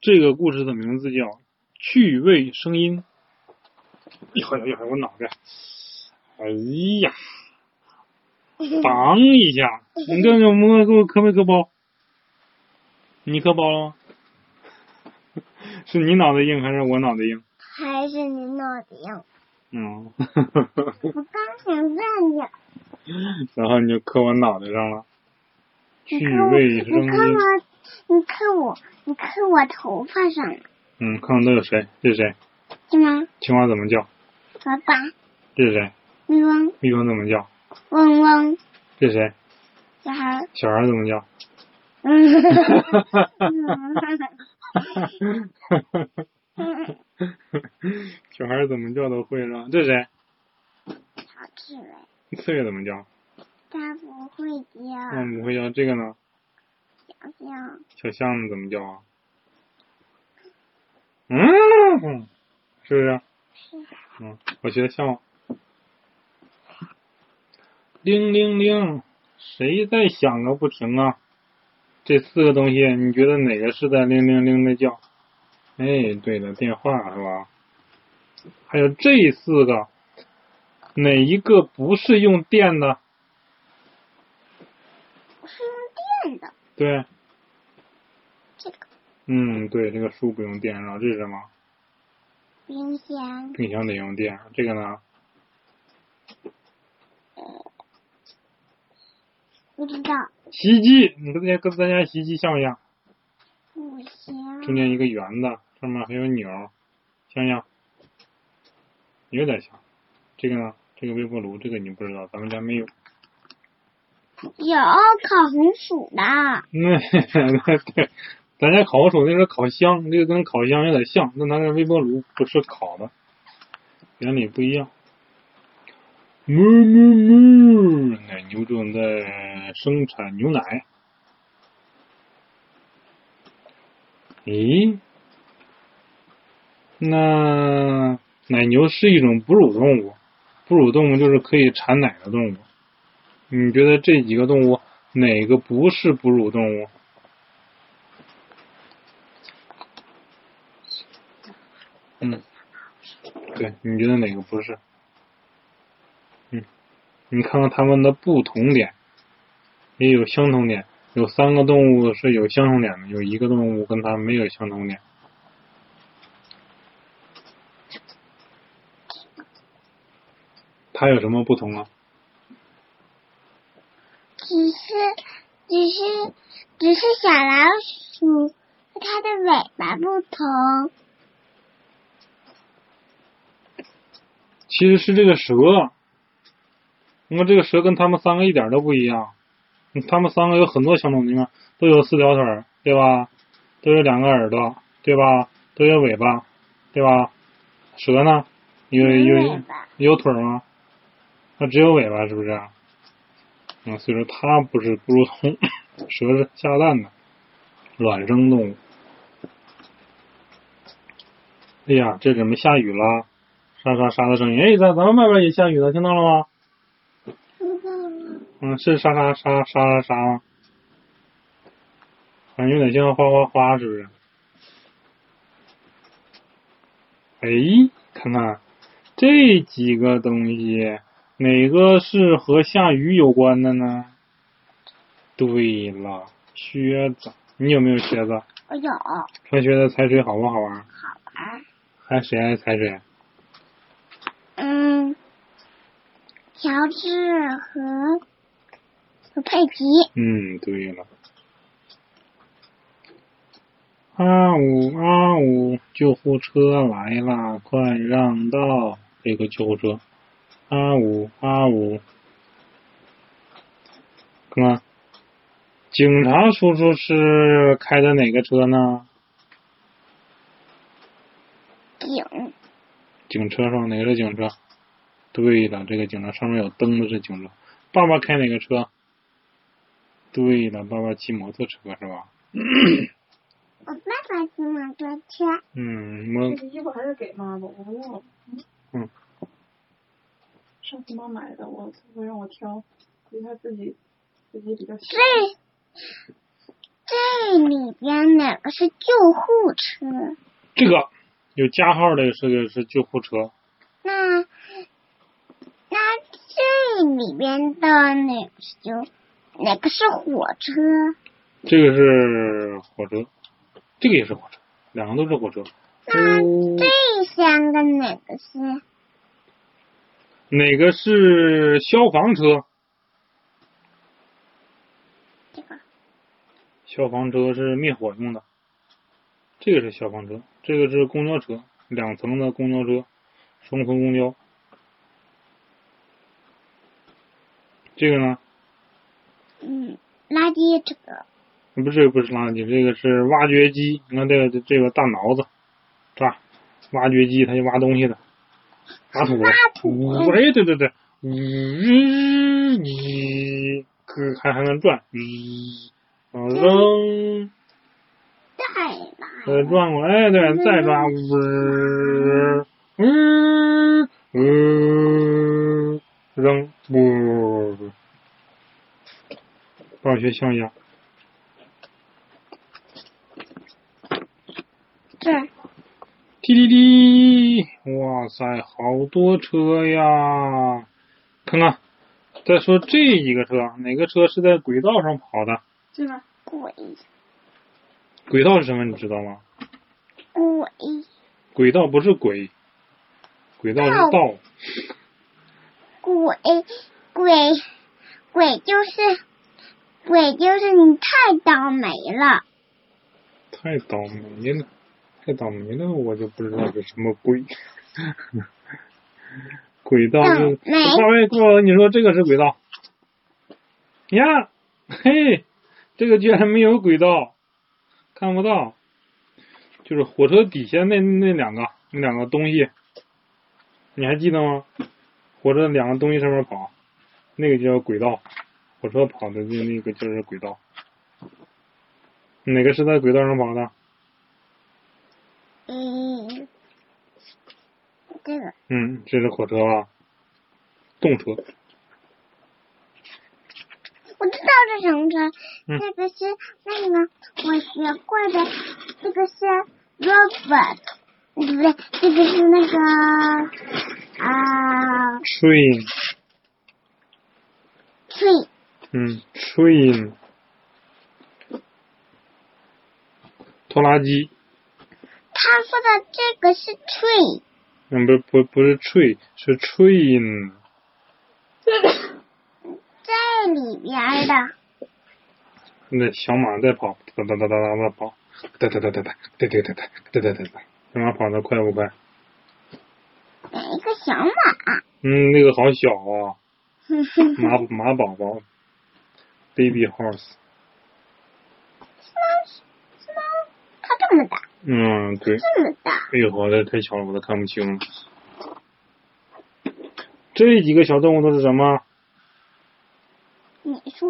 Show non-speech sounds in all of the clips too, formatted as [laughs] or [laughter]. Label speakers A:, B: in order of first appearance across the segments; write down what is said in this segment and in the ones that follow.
A: 这个故事的名字叫《趣味声音》。一会儿一会儿，我脑袋，哎呀，挡一下！你这这摸给我磕没磕包？你磕包了吗？ [laughs] 是你脑袋硬还是我脑袋硬？
B: 还是你脑袋硬？
A: 嗯， [laughs]
B: 我刚想问你，
A: 然后你就磕我脑袋上了。趣
B: 你看我，
A: 味声
B: 你看
A: 音，
B: 我，你看我，你看我头发上了，
A: 嗯，看看都有谁？这是谁？
B: 对吗？
A: 青蛙怎么叫？
B: 爸爸，
A: 这是谁？
B: 嗡嗡
A: 蜜蜂怎么叫？
B: 嗡嗡，
A: 这是谁？
B: 小孩儿，
A: 小孩怎么叫？ [laughs]
B: 嗯，
A: [laughs] 小孩怎么叫都会是吧？这是谁？
B: 小刺猬，
A: 刺猬怎么叫？
B: 它不会叫，
A: 嗯，不会叫。这个呢？
B: 小象，
A: 小象子怎么叫啊？嗯，是不是？
B: 是
A: 嗯，我学的像吗？铃铃铃，谁在响个不停啊？这四个东西，你觉得哪个是在铃铃铃的叫？哎，对了，电话是吧？还有这四个，哪一个不是用电的？
B: 是用电的，
A: 对，
B: 这个
A: 嗯，对，这个书不用电，然后这是什么？
B: 冰箱，
A: 冰箱得用电，这个呢？
B: 不知道，
A: 洗衣机，你跟咱跟咱家洗衣机像不像？
B: 不行，
A: 中间一个圆的，上面还有钮儿，像不像？有点像。这个呢？这个微波炉，这个你不知道，咱们家没有。
B: 有烤红薯的，
A: 那对， [laughs] 咱家烤红薯那是烤箱，这个跟烤箱有点像，但它是微波炉，不是烤的，原理不一样。哞哞哞，奶牛正在生产牛奶。咦，那奶牛是一种哺乳动物，哺乳动物就是可以产奶的动物。你觉得这几个动物哪个不是哺乳动物？嗯，对，你觉得哪个不是？嗯，你看看它们的不同点，也有相同点。有三个动物是有相同点的，有一个动物跟它没有相同点。它有什么不同啊？
B: 只是，只是，只是小老鼠和它的尾巴不同，
A: 其实是这个蛇。那么这个蛇跟它们三个一点都不一样，嗯它们三个有很多相同地方，都有四条腿儿，对吧？都有两个耳朵，对吧？都有尾巴，对吧？蛇呢，有
B: 没
A: 有
B: 尾巴，
A: 有腿儿吗？它只有尾巴，是不是啊？嗯，所以说它不是哺乳动物，蛇是下蛋的，卵生动物。哎呀，这怎么下雨了？沙沙沙的声音。哎，咱咱们外边也下雨了，听到了吗？
B: 知道吗？
A: 嗯，是沙沙沙沙沙沙吗？反正有点像哗哗哗，是不是？哎，看看这几个东西，哪个是和下雨有关的呢？对了，靴子，你有没有靴子？
B: 我有好
A: 穿靴子踩水好不好玩？
B: 玩，
A: 还谁爱踩水？啊
B: 嗯，乔治和和佩奇，
A: 嗯，对了。啊呜啊呜，救护车来啦！快让道！这个救护车，啊呜啊呜，看看，警察叔叔是开的哪个车呢？
B: 警
A: 警车上哪个是警车？对了，这个警车上面有灯的是警车。爸爸开哪个车？对了，爸爸骑摩托车是吧？
B: 我爸爸骑摩托车，
A: 嗯，摩
C: 那个衣服还是给妈吧，我忘了。
A: 嗯。
C: 上次妈买的，我她会让我挑，因为她自己自己比较喜
B: 最这里边哪个是救护车？
A: 这个有加号的这个是救护车，
B: 那那这里边的哪个是救？哪个是火车？
A: 这个是火车，这个也是火车，两个都是火车。
B: 那
A: 哦
B: 这三个哪个是？
A: 哪个是消防车？
B: 这个
A: 消防车是灭火用的，这个是消防车，这个是公交车，两层的公交车，双层公交。这个呢，
B: 嗯，垃圾车。
A: 不是不是垃圾，这个是挖掘机。你看这个这个大脑子，是吧？挖掘机它就挖东西的，挖土。
B: 挖土
A: 呜哎，对对对，呜你可还还能转，咦，往扔。
B: 再来，
A: 呃，转过来，哎，对，再抓，呜儿，呜儿，呜儿，扔，呜，暴雪象牙，
B: 这儿
A: 滴滴滴，哇塞，好多车呀！看看，再说这一个车，哪个车是在轨道上跑的？
C: 进来，
B: 鬼
A: 轨道是什么？你知道吗？
B: 鬼
A: 轨道不是轨，轨道是道。
B: 鬼鬼鬼就是鬼就是你太倒霉了，
A: 太倒霉了，太倒霉了，我就不知道是什么鬼。轨道是，
B: 倒霉
A: 大卫，大卫，你说这个是轨道？呀，嘿，这个居然没有轨道，看不到，就是火车底下那那两个那两个东西，你还记得吗？火车两个东西上面跑，那个叫轨道，火车跑的就那个就是轨道。哪个是在轨道上跑的？
B: 嗯，这个
A: 嗯，这是火车吧？动车，
B: 我知道这什么车，
A: 嗯
B: 这个是那个我学过的，这个是 robot，不对，这个是那个啊
A: train，
B: tree，
A: 嗯，train，拖拉机，
B: 他说的这个是 tree，
A: 嗯，不不不是 train，是 train，
B: 这里边的。
A: 那小马在跑，哒哒哒哒哒哒跑，哒哒哒哒哒，哒哒哒哒哒哒哒哒，小马跑得快不快？
B: 买一个小马， [laughs]
A: 嗯，那个好小啊，
B: 哼哼哼
A: 马马宝宝，baby horse，
B: 是吗？它这么大，
A: 嗯，对。
B: 这么大，
A: 哎呦，我这太小了，我都看不清了。这几个小动物都是什么？
B: 你说？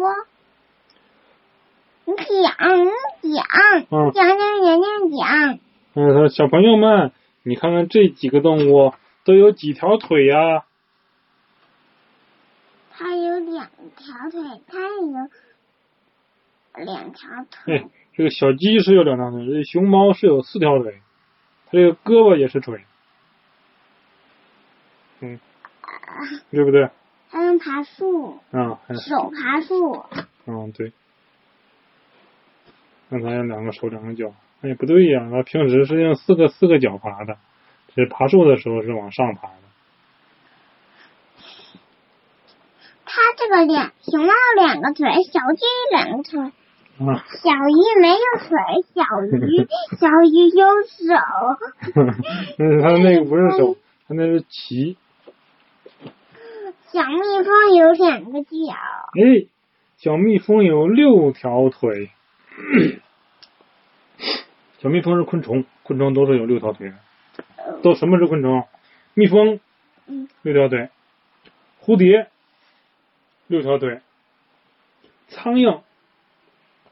B: 你讲，你讲，
A: 嗯
B: 讲讲讲讲讲，
A: 嗯，他说小朋友们，你看看这几个动物都有几条腿呀、
B: 它有两条腿，它有两条
A: 哎
B: 腿，，
A: 这个小鸡是有两条腿，这熊猫是有四条腿，它这个胳膊也是腿，嗯，对不对？
B: 还能爬树，
A: 啊，还
B: 手爬树，
A: 嗯，对。那它有两个手，两个脚。哎，不对呀、它平时是用四个四个脚爬的，只是爬树的时候是往上爬的。
B: 它这个两熊猫两个腿，小鸡两个腿，
A: 啊， [laughs]
B: 小鱼没有腿，小鱼小鱼有手。
A: 嗯，它那个不是手，它那是鳍。
B: 小蜜蜂有两个脚，
A: 哎，小蜜蜂有六条腿。 [coughs] 小蜜蜂是昆虫，昆虫都是有六条腿的。都什么是昆虫？啊蜜蜂
B: 嗯，
A: 六条腿，蝴蝶六条腿，苍蝇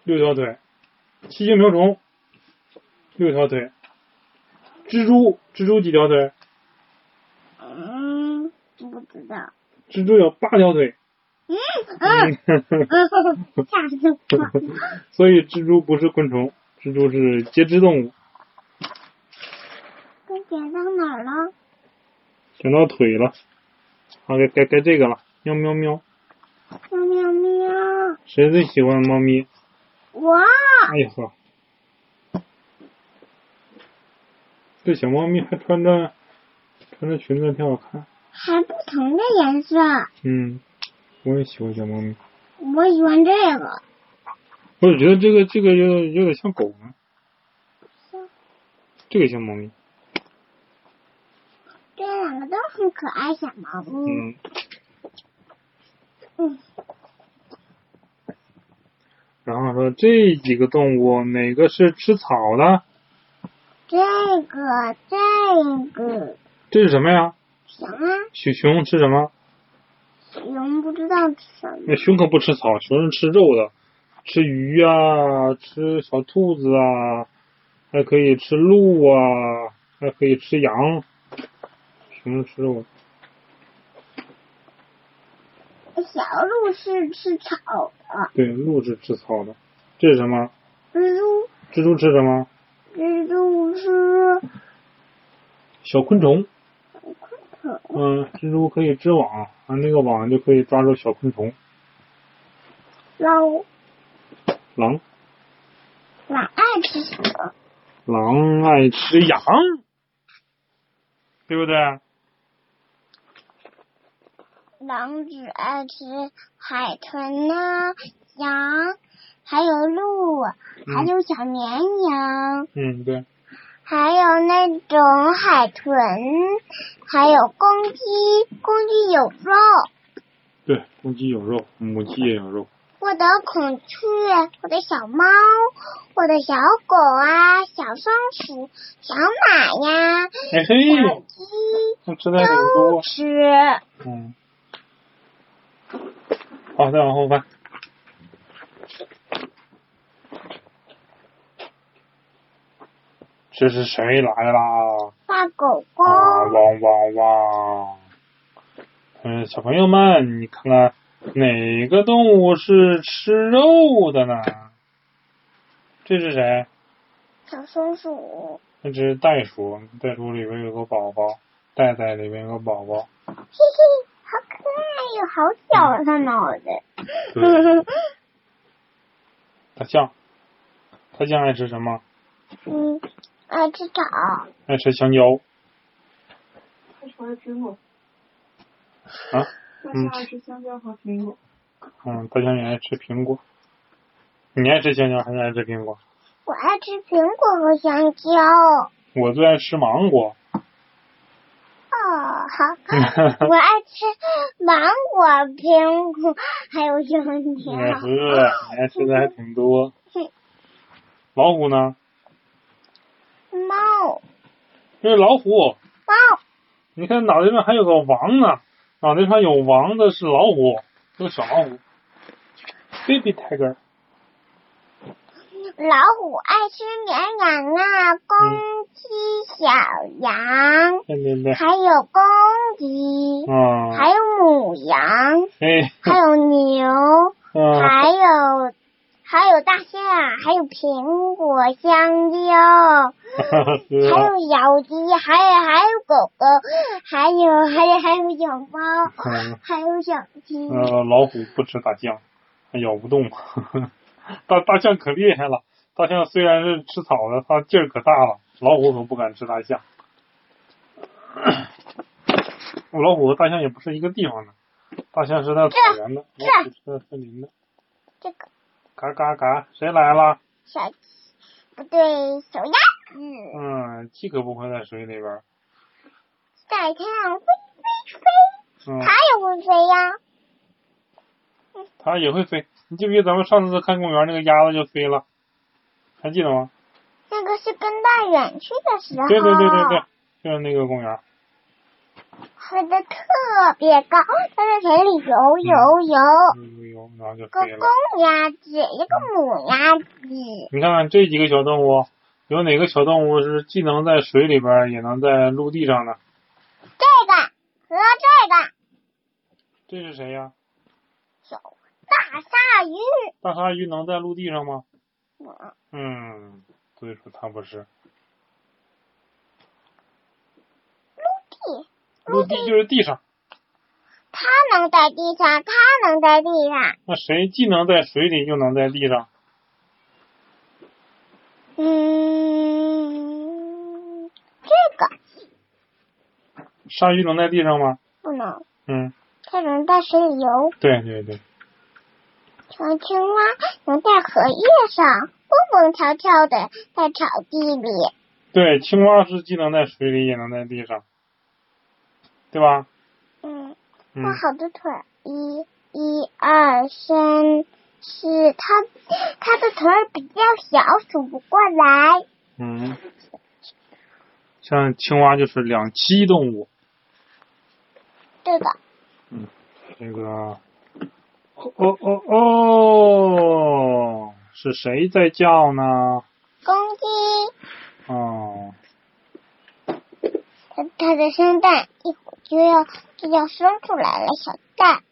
A: 六条腿，七星瓢虫六条腿，蜘蛛蜘蛛几条腿？
B: 嗯，不知道。
A: 蜘蛛有八条腿， [laughs]
B: 嗯嗯嗯，吓死我！
A: [laughs] 所以蜘蛛不是昆虫，蜘蛛是节肢动物。
B: 都点到哪儿了？
A: 讲到腿了，好，该该该这个了，喵喵喵。
B: 喵喵喵！
A: 谁最喜欢猫咪？
B: 哇，
A: 哎呀呵，这小猫咪还穿着穿着裙子挺好看。
B: 还不同的颜色，
A: 嗯，我也喜欢小猫咪，
B: 我喜欢这个。
A: 我就觉得这个这个有点有点像狗呢，
B: 像
A: 这个像猫咪。
B: 这两个都很可爱，小毛屋。
A: 嗯，
B: 嗯，
A: 然后说这几个动物哪个是吃草的？
B: 这个这个
A: 这是什么呀？
B: 熊啊，
A: 熊熊吃什么？
B: 熊不知道什
A: 那
B: 么。
A: 熊可不吃草，熊是吃肉的，吃鱼啊，吃小兔子啊，还可以吃鹿啊，还可以吃羊。熊是吃肉的，
B: 小鹿是吃草的，
A: 对，鹿是吃草的。这是什么？
B: 蜘蛛
A: 蜘蛛吃什么？
B: 蜘蛛是
A: 小昆虫。
B: 昆虫，
A: 嗯，蜘蛛可以织网，啊，那个网就可以抓住小昆虫、
B: 老
A: 狼。
B: 老爱吃什么？
A: 狼爱吃羊，对不对？
B: 狼只爱吃海豚呐、羊，还有鹿，还有小绵羊，
A: 嗯，对，
B: 还有那种海豚，还有公鸡。公鸡有肉，
A: 对，公鸡有肉，母鸡也有肉。
B: 我的孔雀，我的小猫，我的小狗啊，小松鼠，小马呀，
A: 哎
B: 小
A: 嘿，
B: 鸡
A: 那吃的还挺
B: 都
A: 多。
B: 吃。
A: 嗯。好，再往后翻。这是谁来啦？
B: 大狗狗
A: 啊，汪汪汪！嗯，小朋友们，你看看哪个动物是吃肉的呢？这是谁？
B: 小松鼠，
A: 那只袋鼠，袋鼠里边有个宝宝，袋袋里边有个宝宝。
B: 嘿嘿，好可爱哟，好小啊，它脑袋。
A: 对，大象，大象爱吃什么？
B: 嗯，爱吃草，
A: 爱吃香蕉
C: 他除了苹果，
A: 啊？
C: 大
A: 嗯
C: 家爱吃香蕉和苹果。
A: 嗯，大象也爱吃苹果。你爱吃香蕉还是爱吃苹果？
B: 我爱吃苹果和香蕉。
A: 我最爱吃芒果。
B: 哦，好，我爱吃芒果、苹果，还有香
A: [laughs] 你
B: 啊
A: 爱吃，
B: 蕉。
A: 你爱吃的还挺多。老虎呢？
B: 猫，
A: 这是老虎，
B: 猫，
A: 你看脑袋上还有个王呢，脑袋上有王的是老虎，这个小老虎，baby tiger。
B: 老虎爱吃绵羊啊，公鸡、小羊，
A: 对对对，
B: 还有公鸡，
A: 啊，
B: 还有母羊，
A: 哎，
B: 还有牛。
A: 啊，
B: 还有还有大象，啊还有苹果、香蕉，
A: [laughs] 是
B: 还
A: 啊，
B: 有小鸡，还有还有狗狗，还有还有还有小猫，
A: 嗯
B: 还有小鸡。
A: 呃，老虎不吃大象，咬不动。 [laughs] 大大象可厉害了，大象虽然是吃草的，它劲儿可大了，老虎可不敢吃大象。 [coughs] 老虎和大象也不是一个地方的，大象是在草原的，
B: 这
A: 老虎是啊在森林的。
B: 这个
A: 嘎嘎嘎，谁来了？
B: 小鸡不对，小鸭子
A: 嗯，鸡可不会在水里边儿。
B: 在天上飞飞飞，
A: 嗯，
B: 它也会飞呀。
A: 它也会飞。你记不记得咱们上次看公园那个鸭子就飞了？还记得吗？
B: 那个是跟大远去的时候，
A: 对对对对对，就是那个公园。
B: 飞得特别高，它在水里游游游。
A: 嗯，有，然后就
B: 个
A: 飞了。
B: 公鸭子，一个母鸭子。
A: 你看看这几个小动物，有哪个小动物是既能在水里边儿，也能在陆地上的？
B: 这个和这个
A: 这是谁呀？
B: 大鲨鱼。
A: 大鲨鱼能在陆地上吗？
B: 我
A: 嗯，所以说它不是。
B: 地，
A: 陆地就是地上，
B: 它能在地上，它能在地上。
A: 那谁既能在水里又能在地上？
B: 嗯，这个
A: 鲨鱼能在地上吗？
B: 不能，
A: 嗯，
B: 它只能在水里游。
A: 对对对，
B: 像青蛙能在荷叶上蹦蹦跳跳的，在草地里。
A: 对，青蛙是既能在水里也能在地上，对吧？
B: 嗯，
A: 嗯
B: 它，好多腿儿，一、一、二、三、四，它它的腿儿比较小，数不过来。
A: 嗯，像青蛙就是两栖动物，
B: 对的，
A: 这个，哦哦哦哦，是谁在叫呢？
B: 公鸡
A: 哦，
B: 它它的生蛋一会儿就要就要生出来了，小蛋。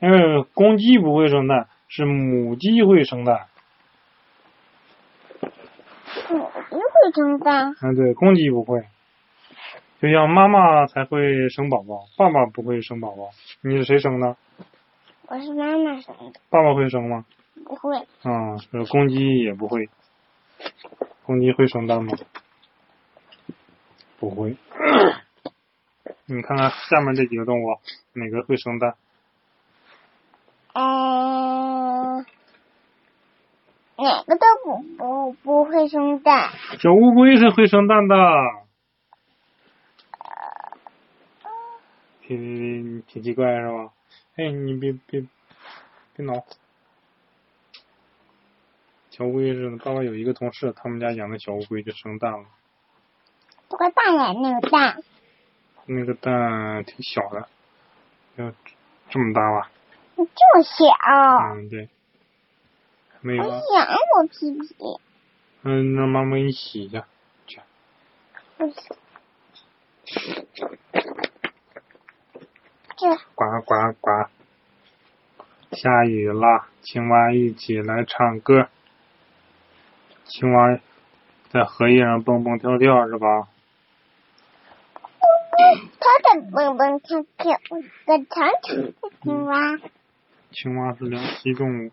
A: 因为公鸡不会生蛋，是母鸡会生蛋。
B: 母鸡会生蛋，
A: 嗯，对，公鸡不会，就像妈妈才会生宝宝，爸爸不会生宝宝。你是谁生的？
B: 我是妈妈生的，
A: 爸爸会生吗？
B: 不会。
A: 啊、嗯，公鸡也不会。公鸡会生蛋吗？不会。 [coughs] 你看看下面这几个动物，哪个会生蛋？
B: 嗯，哪个都不不不会生蛋。
A: 小乌龟是会生蛋的。挺挺奇怪是吧？哎，你别别别挠。小乌龟是爸爸有一个同事，他们家养的小乌龟就生蛋了，
B: 不过大眼那个蛋，
A: 那个蛋挺小的，要这么大吧？
B: 这么小，
A: 嗯，对。没有
B: 我
A: 啊，
B: 痒哎我屁屁。
A: 嗯，让妈妈给你洗一下。
B: 这
A: 呱呱呱！下雨啦，青蛙一起来唱歌。青蛙在荷叶上蹦蹦跳跳是吧？
B: 它的蹦蹦跳跳，我长长的青蛙，
A: 青蛙是两栖动物。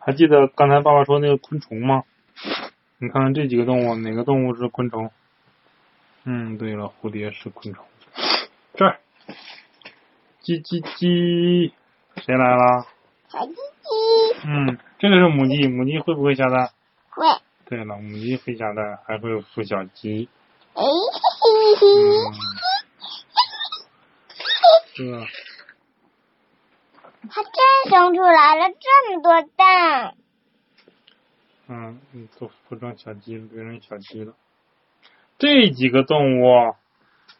A: 还记得刚才爸爸说那个昆虫吗？你看看这几个动物，哪个动物是昆虫？嗯，对了，蝴蝶是昆虫。这儿，叽叽叽，谁来啦？
B: 小鸡鸡
A: 嗯，这个是母鸡，母鸡会不会下蛋？
B: 会，哎
A: 对了，母鸡会下蛋，还会孵小鸡。
B: 嘿嘿嘿，
A: 嗯，这
B: 它真生出来了这么多蛋，
A: 嗯，你都孵成小鸡了，变成小鸡了。这几个动物，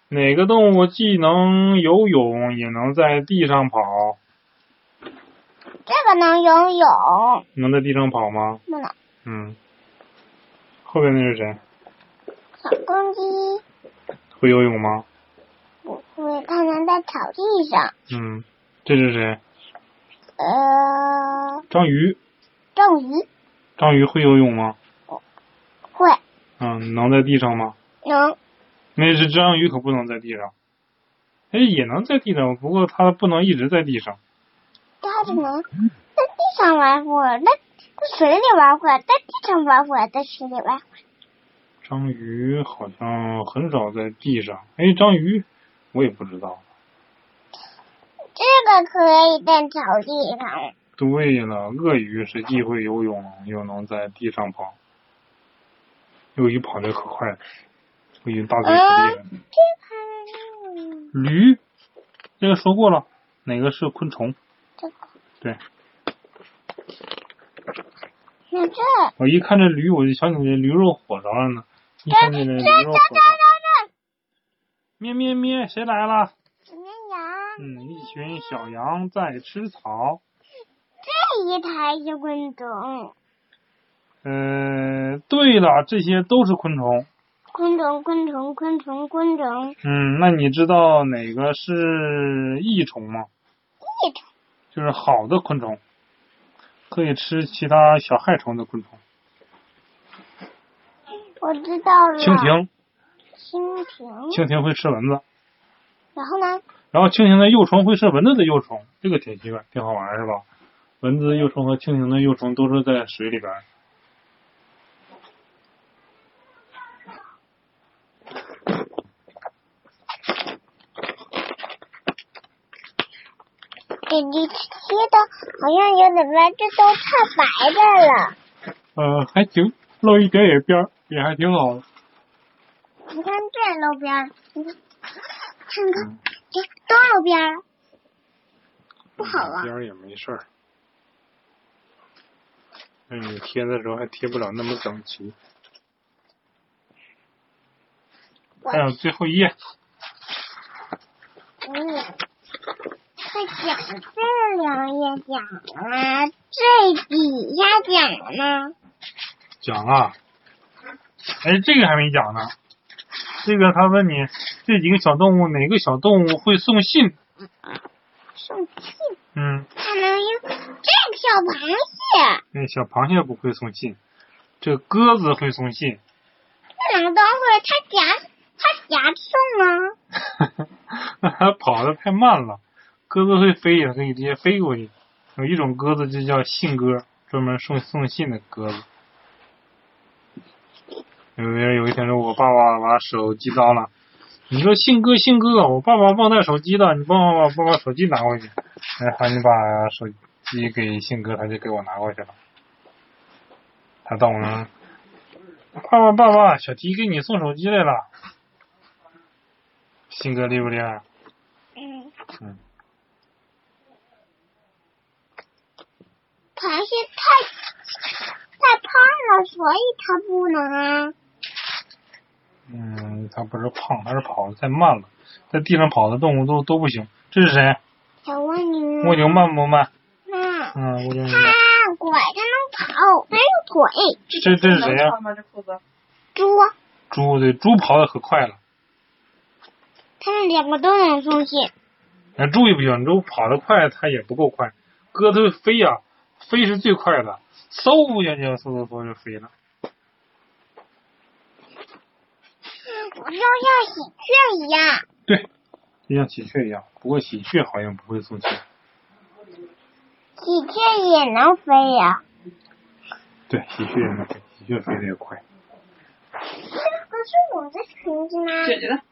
A: 哪个动物既能游泳，也能在地上跑？
B: 这个能游泳，
A: 能在地上跑吗？
B: 不能。
A: 嗯。后边那是谁？
B: 小公鸡
A: 会游泳吗？
B: 不会，它能在草地上。
A: 嗯。这是谁？
B: 呃，
A: 章鱼。
B: 章鱼
A: 章鱼会游泳吗？
B: 会
A: 嗯，能在地上吗？
B: 能
A: 那只章鱼可不能在地上，哎，也能在地上，不过它不能一直在地上。
B: 它只能在地上玩会儿，在在水里玩会儿，在地上玩会儿，在水里玩会儿。
A: 章鱼好像很少在地上。哎，章鱼，我也不知道。
B: 这个可以在草地上，
A: 对了，鳄鱼是既会游泳又能在地上跑，鳄鱼跑得可快了，鳄鱼大腿可厉害。
B: 这个
A: 驴，这个说过了，哪个是昆虫？
B: 这个
A: 对
B: 那这
A: 我一看这驴，我就想起这驴肉火烧了呢。一
B: 这这
A: 想
B: 这
A: 起这
B: 这
A: 驴
B: 这
A: 肉火烧，
B: 这
A: 咩咩咩，谁来了？
B: 这绵羊，
A: 嗯，一群小羊在吃草。
B: 这一台是昆虫，
A: 呃，对了，这些都是昆虫。
B: 昆虫昆虫昆虫昆虫，
A: 嗯，那你知道哪个是益虫吗？
B: 一虫
A: 就是好的昆虫，可以吃其他小害虫的昆虫，
B: 我知道了。
A: 蜻，蜓，
B: 蜻蜓。
A: 蜻蜓会吃蚊子，
B: 然后呢？
A: 然后蜻蜓的幼虫会吃蚊子的幼虫，这个挺奇怪，挺好玩儿是吧？蚊子幼虫和蜻蜓的幼虫都是在水里边儿。
B: 你你贴的好像有点白，这都太白的了。
A: 呃，还行，露一点点边儿也还挺好的。
B: 你看这路边儿，你看，看看这都路边儿，不好啊
A: 嗯边儿也没事儿。那你贴的时候还贴不了那么整齐。
B: 我
A: 还有最后一页，
B: 嗯，快讲这两页讲啊，这底下讲了呢？
A: 讲啊，哎，这个还没讲呢。这个他问你，这几个小动物哪个小动物会送信？
B: 送信，
A: 嗯，
B: 还能用这个小螃蟹，
A: 那小螃蟹不会送信，这鸽子会送信，
B: 这两个都会，它夹它夹送啊。
A: 那它 [laughs] 跑的太慢了。鸽子会飞也可以直接飞过去。有一种鸽子就叫信鸽，专门送送信的鸽子。有的人有一天说，我爸爸把手机脏了，你说信鸽信鸽，啊我爸爸忘带手机了，你帮我把我把手机拿过去。然后你把手机给信鸽，他就给我拿过去了。他到我那儿，爸爸爸爸，小提给你送手机来了。信鸽厉不厉害？
B: 嗯，
A: 嗯，
B: 螃蟹太太胖了，所以它不能啊。
A: 嗯，它不是胖，它是跑的太慢了，在地上跑的动物都都不行。这是谁？
B: 小蜗牛，
A: 蜗牛慢不慢？
B: 那
A: 嗯，蜗牛慢。
B: 它拐着能跑，没有腿。
A: 这这是谁呀、
C: 能穿吗？这裤子？
B: 猪，
A: 猪对，猪跑的可快了。
B: 它们两个都能送信。
A: 那猪也不行，猪跑得快，它也不够快。鸽子飞呀、飞是最快的，嗖下去，嗖嗖嗖就飞了。
B: 嗯我就像喜鹊一样。
A: 对，就像喜鹊一样，不过喜鹊好像不会送信。
B: 喜鹊也能飞呀、
A: 对，喜鹊也能飞，喜鹊飞得也快。
B: 这不是我的裙子吗？
C: 姐姐的。